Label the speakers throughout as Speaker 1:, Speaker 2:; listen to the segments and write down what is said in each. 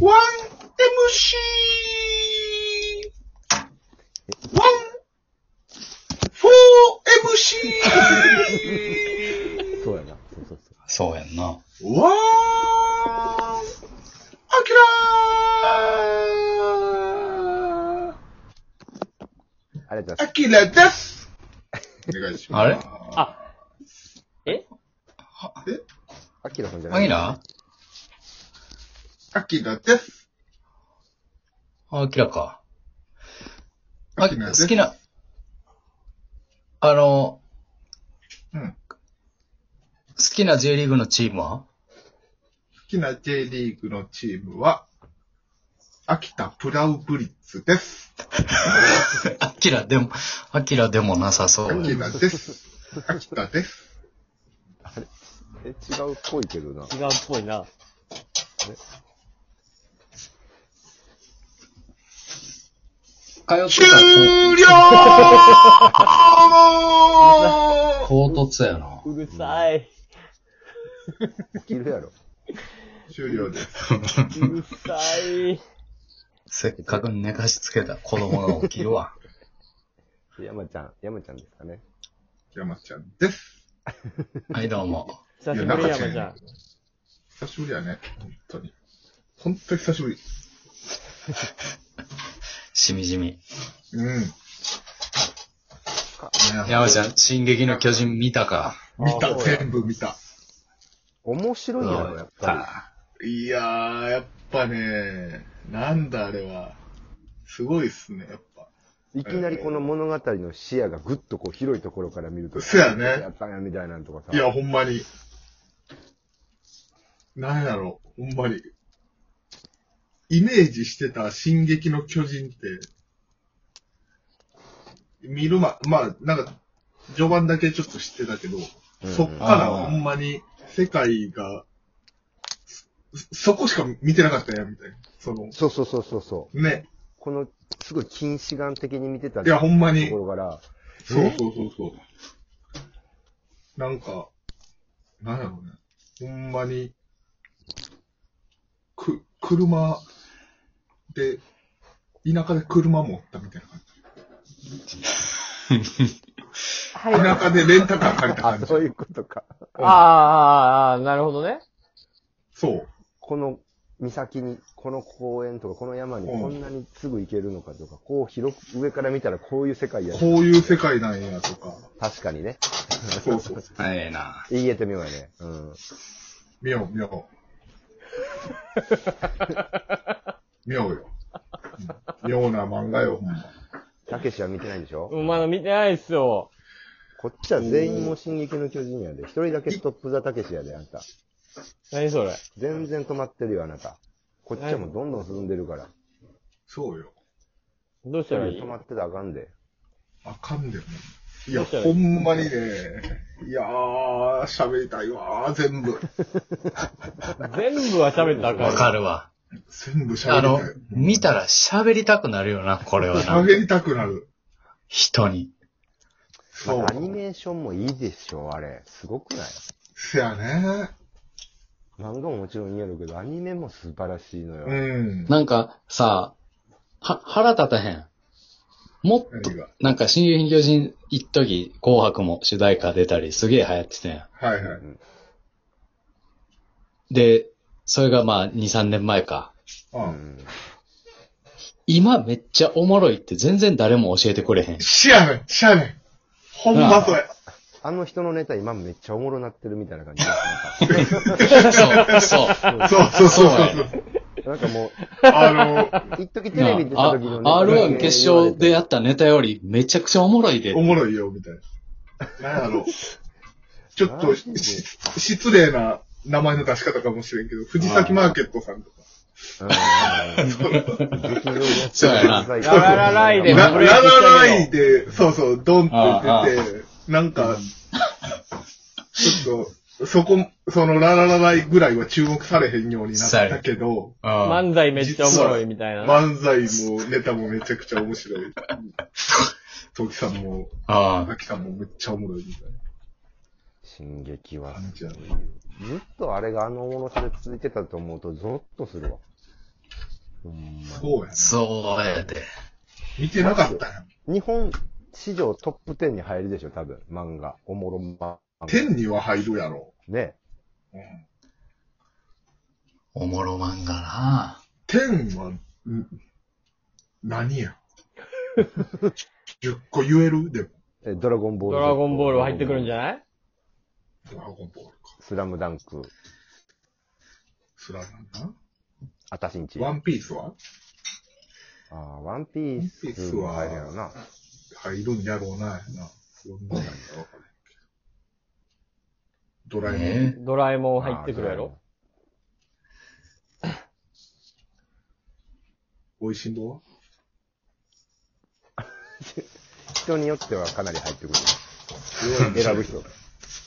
Speaker 1: ワン MC! ワン 4MC!
Speaker 2: そうやな。そうそうそう。
Speaker 3: そうやんな。
Speaker 1: ワンアキラー
Speaker 2: ありがとうござい
Speaker 1: アキラですお願いします。
Speaker 3: あれ
Speaker 2: ます。あえ
Speaker 1: え
Speaker 2: アキラさんじゃな
Speaker 3: ア
Speaker 2: い
Speaker 3: キラ
Speaker 1: アキラです。
Speaker 3: アキラか。
Speaker 1: ア
Speaker 3: あ
Speaker 1: キラです
Speaker 3: 好きな、あの、
Speaker 1: うん
Speaker 3: 好きな J リーグのチームは
Speaker 1: 好きな J リーグのチームは、秋田プラウブリッツです。
Speaker 3: アキラでも、アキラでもなさそう
Speaker 1: 秋
Speaker 3: や。
Speaker 1: 田です。秋田です。
Speaker 4: え、違うっぽいけどな。
Speaker 2: 違うっぽいな。
Speaker 3: 通っ
Speaker 1: 終
Speaker 3: てた
Speaker 1: 了
Speaker 3: 唐突やな。
Speaker 2: うるさい。
Speaker 4: 起きるやろ。
Speaker 1: 終了です。
Speaker 2: うるさい。
Speaker 3: せっかく寝かしつけた子供が起きる わ。
Speaker 4: 山ちゃん、山ちゃんですかね。
Speaker 1: 山ちゃんです。
Speaker 3: はい、どうも。
Speaker 2: 久しぶり
Speaker 1: いやな
Speaker 2: 山
Speaker 1: んか
Speaker 2: ちゃん。
Speaker 1: 久しぶりやね。本当に。本当に久しぶり。
Speaker 3: しみじみ。
Speaker 1: うん。
Speaker 3: 山ちゃん、進撃の巨人見たか。
Speaker 1: 見
Speaker 2: あ
Speaker 1: た、
Speaker 2: そうや
Speaker 1: 全部見た。
Speaker 4: 面白いんやろ、やっぱ
Speaker 1: いやー、やっぱね、なんだあれは。すごいっすね、やっぱ。
Speaker 4: り。いきなりこの物語の視野がぐっとこう広いところから見ると。
Speaker 1: そうやね
Speaker 4: やったんや、みたいなんとかさ。
Speaker 1: いや、ほんまに。なんやろ、ほんまに。イメージしてた進撃の巨人って、見るま、まあ、なんか、序盤だけちょっと知ってたけど、
Speaker 4: うん
Speaker 1: そっからほんまに世界が、そそこしか見てなかったやん、みたいな。その、
Speaker 4: そうそうそうそうそう。
Speaker 1: ね。
Speaker 4: この、すごい近視眼的に見てた
Speaker 1: いや、ほんまに
Speaker 4: とこ。ろから、
Speaker 1: そうそうそうそう。なんか、なんやろうね。ほんまに、く、車で、田舎で車持ったみたいな感
Speaker 2: は
Speaker 1: じ。田舎でレンタカー借りた
Speaker 4: あ、
Speaker 1: 感じ。
Speaker 4: そういうことか。
Speaker 2: あーあー、あーなるほどね。
Speaker 1: そう。
Speaker 4: この岬に、この公園とか、この山に
Speaker 1: うん
Speaker 4: こんなにすぐ行けるのかとか、こう広く、上から見たらこういう世界や。
Speaker 1: こういう世界なんやとか。
Speaker 4: 確かにね。
Speaker 1: そうそうそう。
Speaker 3: ええな。
Speaker 4: 言えてみようやね。うん。
Speaker 1: 妙、妙。 妙よ。うん妙な漫画よ、ほんま。
Speaker 4: たけしは見てないでしょ
Speaker 2: うんまだ見てないっすよ。
Speaker 4: こっちは全員もう進撃の巨人やで。一人だけストップザたけしやで、あんた。
Speaker 2: 何それ。
Speaker 4: 全然止まってるよ、あなた。こっちはもうどんどん進んでるから。
Speaker 1: そうよ。
Speaker 2: どうしたらいい
Speaker 4: 止まってたらあかんで。
Speaker 1: あかんでも。いや、
Speaker 2: どうしたら
Speaker 1: ほ
Speaker 2: いい
Speaker 1: んまにね。いやー、喋りたいわー、全部。
Speaker 2: 全部は喋ったらあかん
Speaker 3: わ
Speaker 2: よ
Speaker 3: かるわ。
Speaker 1: 全部喋
Speaker 3: あの、
Speaker 1: り
Speaker 3: 見たら喋りたくなるよな、これ
Speaker 1: た。
Speaker 3: はいな。
Speaker 1: 喋りたくなる。
Speaker 3: 人に。
Speaker 1: そ
Speaker 4: ま
Speaker 1: う
Speaker 4: あア。ニメーションもいいでしょ、あれ。すごくない
Speaker 1: せやね。
Speaker 4: 漫画ももちろんいいやろうけど、アニメも素晴らしいのよ。
Speaker 1: うん。
Speaker 3: なんか、さ、は、腹立たへん。もっと
Speaker 1: 何が、
Speaker 3: なんか、新劇巨人、一時、紅白も主題歌出たり、すげえ流行ってたやん。
Speaker 1: はいはい。
Speaker 3: で、それがまあ、2、3年前か。
Speaker 4: う
Speaker 1: うん。
Speaker 4: ん。
Speaker 3: 今めっちゃおもろいって全然誰も教えてくれへん。
Speaker 1: しやねん、しやねん。ほんまそれ。
Speaker 4: あの人のネタ今めっちゃおもろなってるみたいな感じ。
Speaker 3: そう、そう。
Speaker 1: そうそうそう
Speaker 3: そうや
Speaker 1: そ
Speaker 3: ね
Speaker 1: う。
Speaker 4: なんかも
Speaker 1: あのー、
Speaker 4: う、一時テレビ出た時の
Speaker 3: あ R1 決勝でや
Speaker 4: っ
Speaker 3: ったネタよりめちゃくちゃおもろいで
Speaker 1: お。もろいよ、みたいな。なんやろう。ちょっとし、失礼な名前の出し方かもしれんけど、藤崎マーケットさんとか。
Speaker 3: そうやな
Speaker 2: ラララライで
Speaker 1: ラ
Speaker 2: ブ
Speaker 1: ラ
Speaker 2: レイク
Speaker 1: ラ
Speaker 2: したけど
Speaker 1: ライで、そうそう、ドンって出て、なんか、ちょっと、そこ、そのラララライぐらいは注目されへんようになったけど、
Speaker 3: うん
Speaker 2: 漫才めっちゃおもろいみたいな。
Speaker 1: 漫才もネタもめちゃくちゃ面白い。トキさんも、
Speaker 3: うん
Speaker 1: アキさんもめっちゃおもろいみたい
Speaker 4: 進撃
Speaker 1: な
Speaker 4: は
Speaker 1: 感じやね。
Speaker 4: ずっとあれがあのおもろさで続いてたと思うと、ゾッとするわ。
Speaker 1: そうや。
Speaker 3: そうやで。
Speaker 1: 見てなかったよ。
Speaker 4: 日本史上トップ10に入るでしょ、多分。漫画。おもろ漫画。
Speaker 1: 天には入るやろ。
Speaker 4: ね。
Speaker 1: うん
Speaker 3: おもろ漫画な
Speaker 1: 天は、ん何や。10個言えるでも、
Speaker 4: えドラゴンボー
Speaker 2: ド
Speaker 4: ル。
Speaker 2: ラゴンボールは入ってくるんじゃない
Speaker 1: ドラゴンボールか。
Speaker 4: スラムダンク、
Speaker 1: スラなんだ。
Speaker 4: アタシンチ。
Speaker 1: ワンピースは
Speaker 4: あーワンピー
Speaker 1: ワンピー
Speaker 4: ス
Speaker 1: スは
Speaker 4: も入るやろな。
Speaker 1: 入るんやろうな、やな。どんななんやろわからんないけど。ドラえもん。
Speaker 3: ね
Speaker 2: ドラえもん入ってくるやろ
Speaker 1: 美味しんぼは
Speaker 4: あー人によってはかなり入ってくる。選
Speaker 1: 選
Speaker 4: ぶ。人。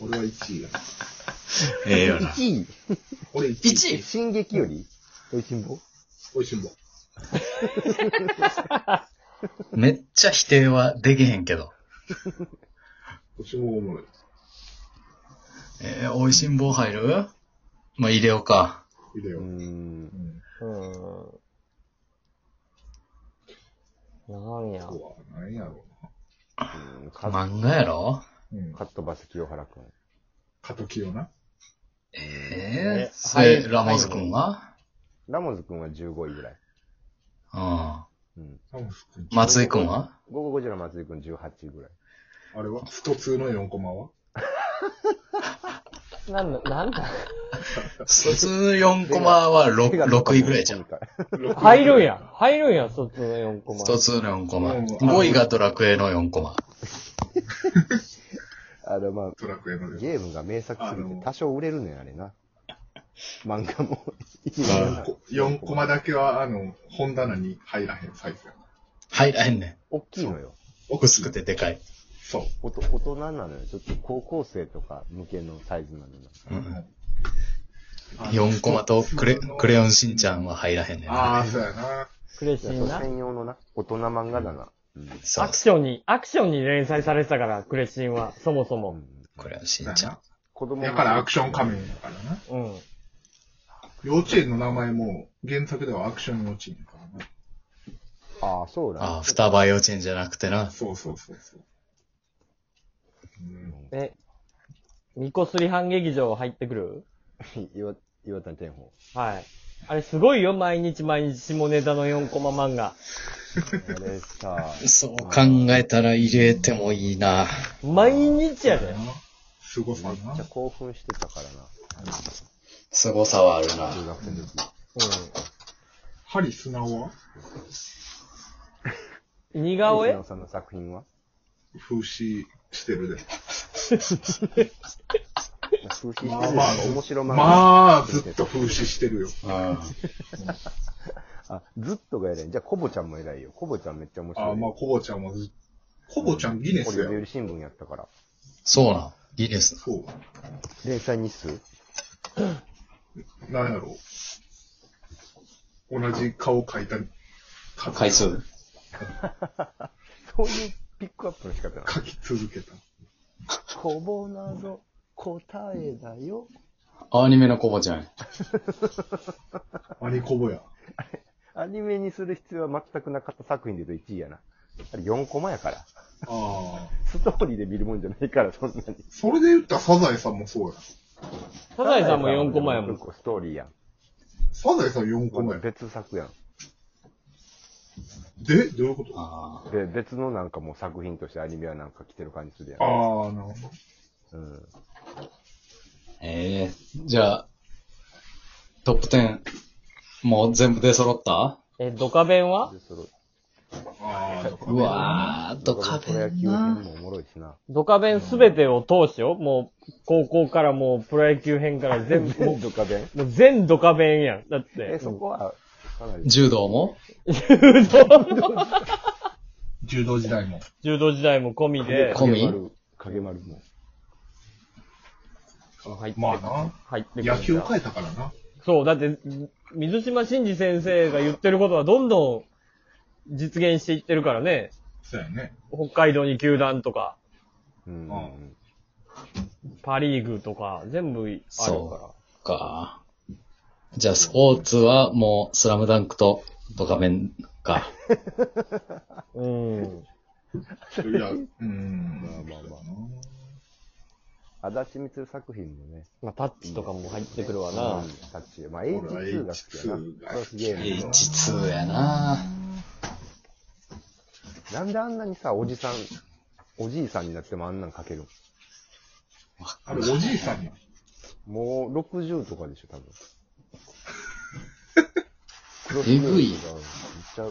Speaker 1: 俺は1位や。
Speaker 3: ええよな。
Speaker 4: 1
Speaker 1: 俺1位。
Speaker 4: 位
Speaker 3: 1位
Speaker 4: 進撃より美味しんぼ
Speaker 1: 美味しんぼ。
Speaker 3: めっちゃ否定はできへんけど。
Speaker 1: 美味しんぼおもろい。
Speaker 3: えー、美味しんぼ入るまあ、入れようか。
Speaker 1: 入れ
Speaker 4: う
Speaker 1: よ
Speaker 4: ー
Speaker 1: う。
Speaker 4: ん
Speaker 1: う。ん。
Speaker 2: うん。なんや
Speaker 1: あと。は、何やろ
Speaker 4: うんか
Speaker 3: 漫画やろ
Speaker 1: うな。うん。
Speaker 4: カットバス清原くん。
Speaker 1: カトキよな。
Speaker 3: えー、
Speaker 2: え
Speaker 3: それ、
Speaker 2: はい
Speaker 3: ラモズ君は
Speaker 4: ラモズくんは15位ぐらい。
Speaker 3: うん。
Speaker 4: うん。
Speaker 1: サムス君
Speaker 3: 松井君は
Speaker 4: 午後5時の松井くん18位ぐらい。
Speaker 1: あれはスト2の4コマは
Speaker 2: なんだ、なんだ。
Speaker 3: 普通4コマは 6, 6位ぐらいじゃん。
Speaker 2: 入るんや。入るんや、そっちの4コマ。
Speaker 3: 一つの4コマ。
Speaker 1: うん
Speaker 3: 5位がドラクエの4コマ。
Speaker 4: あの、ま
Speaker 1: ドラクエの
Speaker 4: あ、
Speaker 1: 4
Speaker 4: ゲームが名作すぎ
Speaker 1: あ
Speaker 4: て
Speaker 1: の
Speaker 4: 多少売れるねん、あれな。漫画も。
Speaker 3: ん
Speaker 1: コ四コマだけは、あの、本棚に入らへんサイズや。
Speaker 3: 入らへんねん。
Speaker 4: 大きいのよ。
Speaker 3: 薄くてでかい。
Speaker 1: そう。
Speaker 4: おと大人なのよ。ちょっと高校生とか向けのサイズなのよ。
Speaker 3: うん、
Speaker 1: あの
Speaker 3: 4コマとクレ
Speaker 1: 普通の
Speaker 3: クレヨンしんちゃんは入らへんねん。
Speaker 1: ああ、そうやな。
Speaker 2: クレシ
Speaker 4: そう
Speaker 2: ンな。
Speaker 4: 専用のな、大人漫画だな。うん。
Speaker 3: そ
Speaker 2: ア
Speaker 3: う
Speaker 2: ク。ションに、アクションに連載されてたから、クレシンは、そもそも。
Speaker 3: クレヨン
Speaker 1: そ
Speaker 3: し
Speaker 1: うんや
Speaker 3: ちゃん
Speaker 1: な。
Speaker 4: 子供
Speaker 1: だからアクション仮面だからな。
Speaker 2: うん。
Speaker 1: 幼稚園の名前も原作ではアクション幼稚園やからな。
Speaker 4: ああ、そうだ。
Speaker 3: ああ、双葉幼稚園じゃなくてな。
Speaker 1: そうそうそうそう。うん、
Speaker 2: え、ミコスリ反劇場入ってくる
Speaker 4: 岩、岩谷天保。
Speaker 2: はい。あれすごいよ、毎日毎日下ネタの4コマ漫画。
Speaker 4: あれさ、
Speaker 3: そう考えたら入れてもいいな。
Speaker 2: 毎日やで。
Speaker 1: すごさ
Speaker 4: めっ
Speaker 1: な
Speaker 4: ちゃ。興奮してたからな。
Speaker 3: 凄さはあるな。
Speaker 4: 中学生の時。
Speaker 1: ハリスナオは
Speaker 2: うん。似顔
Speaker 4: 水
Speaker 2: 絵
Speaker 4: 野さんの作品は
Speaker 1: 風刺してるで。
Speaker 4: 風刺してる
Speaker 1: まあまあ
Speaker 4: 面白漫画。
Speaker 1: まあ、ずっと風刺してるよ。
Speaker 3: うん。
Speaker 4: あ、ずっとが偉い。じゃあ、コボちゃんも偉いよ。コボちゃんめっちゃ面白
Speaker 1: あ
Speaker 4: いよ。
Speaker 1: あ、まあ、コボちゃんもず、コボちゃんギネ
Speaker 4: こ
Speaker 1: ス
Speaker 4: れ
Speaker 1: や
Speaker 4: 読売新聞やったから。
Speaker 3: そうなん。いいですな。
Speaker 1: そう。
Speaker 4: 連載日数
Speaker 1: なんやろう。同じ顔描いた数
Speaker 3: 回数。
Speaker 4: そういうピックアップの仕方なの。
Speaker 1: 描き続けた。
Speaker 4: コボなど答えだよ。
Speaker 3: アニメのコボちゃんや。
Speaker 1: アニコボや。
Speaker 4: アニメにする必要は全くなかった作品で言うと1位やな。あれ4コマやから。
Speaker 1: ああ。
Speaker 4: ストーリーで見るもんじゃないから、そんなに。
Speaker 1: それで言ったらサザエさんもそうや。
Speaker 2: サザエさんも4コマやも
Speaker 4: 結
Speaker 2: ん。
Speaker 4: 構ストーリーやん。
Speaker 1: サザエさん4個前。で、
Speaker 4: 別作やん。
Speaker 1: どういうことあ
Speaker 3: あ
Speaker 4: で、別のなんかもう作品としてアニメはなんか来てる感じするやん。
Speaker 1: あー、なるほど。
Speaker 4: うん。
Speaker 3: あ。ええじゃあ、トップ10、もう全部出揃った
Speaker 2: え、ドカベンは
Speaker 4: で、その、
Speaker 1: ああ、
Speaker 3: うわー、ドカ
Speaker 4: プロ
Speaker 3: ベ
Speaker 4: 野
Speaker 3: ン
Speaker 4: 球編
Speaker 3: な。
Speaker 4: もおもろいしな。
Speaker 2: ドカベンすべてを通しよ。もう、高校からもう、プロ野球編から全部、も
Speaker 4: ドカベン
Speaker 2: うもう全ドカベンやん。だって。
Speaker 4: え、そこは、かなり。
Speaker 3: 柔道も
Speaker 1: 柔道時代も。
Speaker 2: 柔道時代も込みで、
Speaker 3: こ
Speaker 4: 影丸、影丸も。
Speaker 2: 入って、
Speaker 1: まあ
Speaker 2: 入っ
Speaker 1: な。
Speaker 2: てくるんだ
Speaker 1: 野球を変えたからな。
Speaker 2: そう、だって、水島新司先生が言ってることはどんどん実現していってるからね。
Speaker 1: そうやね。
Speaker 2: 北海道に球団とか、
Speaker 4: うんうんうん。
Speaker 2: パリーグとか、全部あるから。
Speaker 3: そうか。じゃあ、スポーツはもう、スラムダンクとドカベンか。
Speaker 2: うん。
Speaker 1: いや、うん。
Speaker 4: まあまあま足立みつる作品もね。
Speaker 2: まあ、タッチとかも入ってくるわ
Speaker 4: う。
Speaker 2: なん
Speaker 4: タッチ。まあ、
Speaker 1: 俺は
Speaker 4: H2 が好きやな。
Speaker 1: H2 が好き
Speaker 4: ゲーム
Speaker 3: H2 やな
Speaker 4: なんであんなにさ、おじさん、おじいさんになってもあんなん書ける
Speaker 1: あれ、おじいさんや。
Speaker 4: のもう60とかでしょ、 多分。黒
Speaker 3: えぐい
Speaker 4: めっちゃ、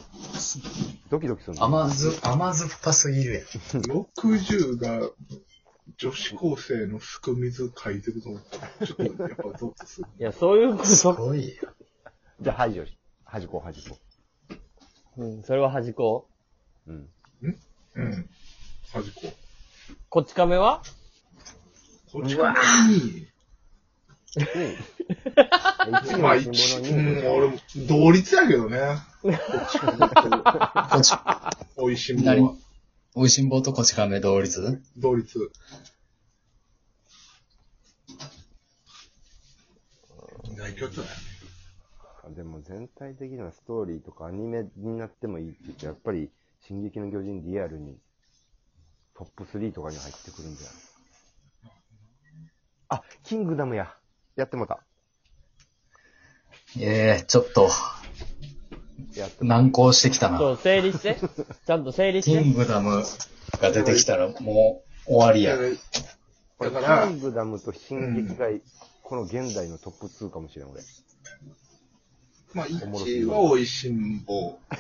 Speaker 4: ドキドキするの。
Speaker 5: 甘ず、甘酸っぱすぎるやん。
Speaker 1: 60が女子高生のすく水書いてると思ったら、ちょっとやっぱゾッとする。
Speaker 2: いや、そういうこ
Speaker 5: す
Speaker 2: と。
Speaker 5: ごいよ。
Speaker 4: じゃあ、排除し。端っこ、端っこ。
Speaker 2: うん、それは端っこ。
Speaker 4: うん。
Speaker 1: うん。端っこ。
Speaker 2: こっち亀は
Speaker 1: こっちからに、
Speaker 4: 一
Speaker 1: まあ
Speaker 4: の
Speaker 1: 一、
Speaker 4: シ
Speaker 1: う
Speaker 4: ン
Speaker 1: ん
Speaker 4: ボルに、、
Speaker 1: 俺も同率やけどね。
Speaker 3: こっち、
Speaker 1: 美味しいも
Speaker 3: 何
Speaker 1: んは
Speaker 3: 美味しんぼとこち亀同率
Speaker 1: 同率。大巨頭だよね。
Speaker 4: でも全体的なストーリーとかアニメになってもいいって言って、やっぱり、進撃の巨人リアルに、トップ3とかに入ってくるんだよ。あ、キングダムや。やってもうた。
Speaker 3: ええちょっと、
Speaker 4: やってもう
Speaker 3: 難航してきた
Speaker 2: そ
Speaker 3: な。
Speaker 2: う、整理して。ちゃんと整理し
Speaker 3: キ
Speaker 2: て。
Speaker 3: ングダムが出てきたらもう終わりや。
Speaker 1: だ
Speaker 4: た。
Speaker 1: か
Speaker 4: 俺
Speaker 1: ら
Speaker 4: キ、ングダムと進撃が、この現代のトップ2かもしれん、俺。
Speaker 1: まあ、1位は美味しんぼ。え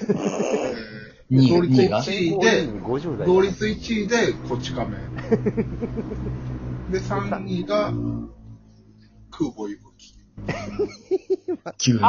Speaker 3: 2
Speaker 1: ー同
Speaker 3: 位、
Speaker 1: 率
Speaker 3: 2位が
Speaker 1: 1位
Speaker 4: 俺
Speaker 1: で、
Speaker 4: に50代。
Speaker 1: 同率1位でこっち亀。で、3位が空母いぶき。
Speaker 3: 9位。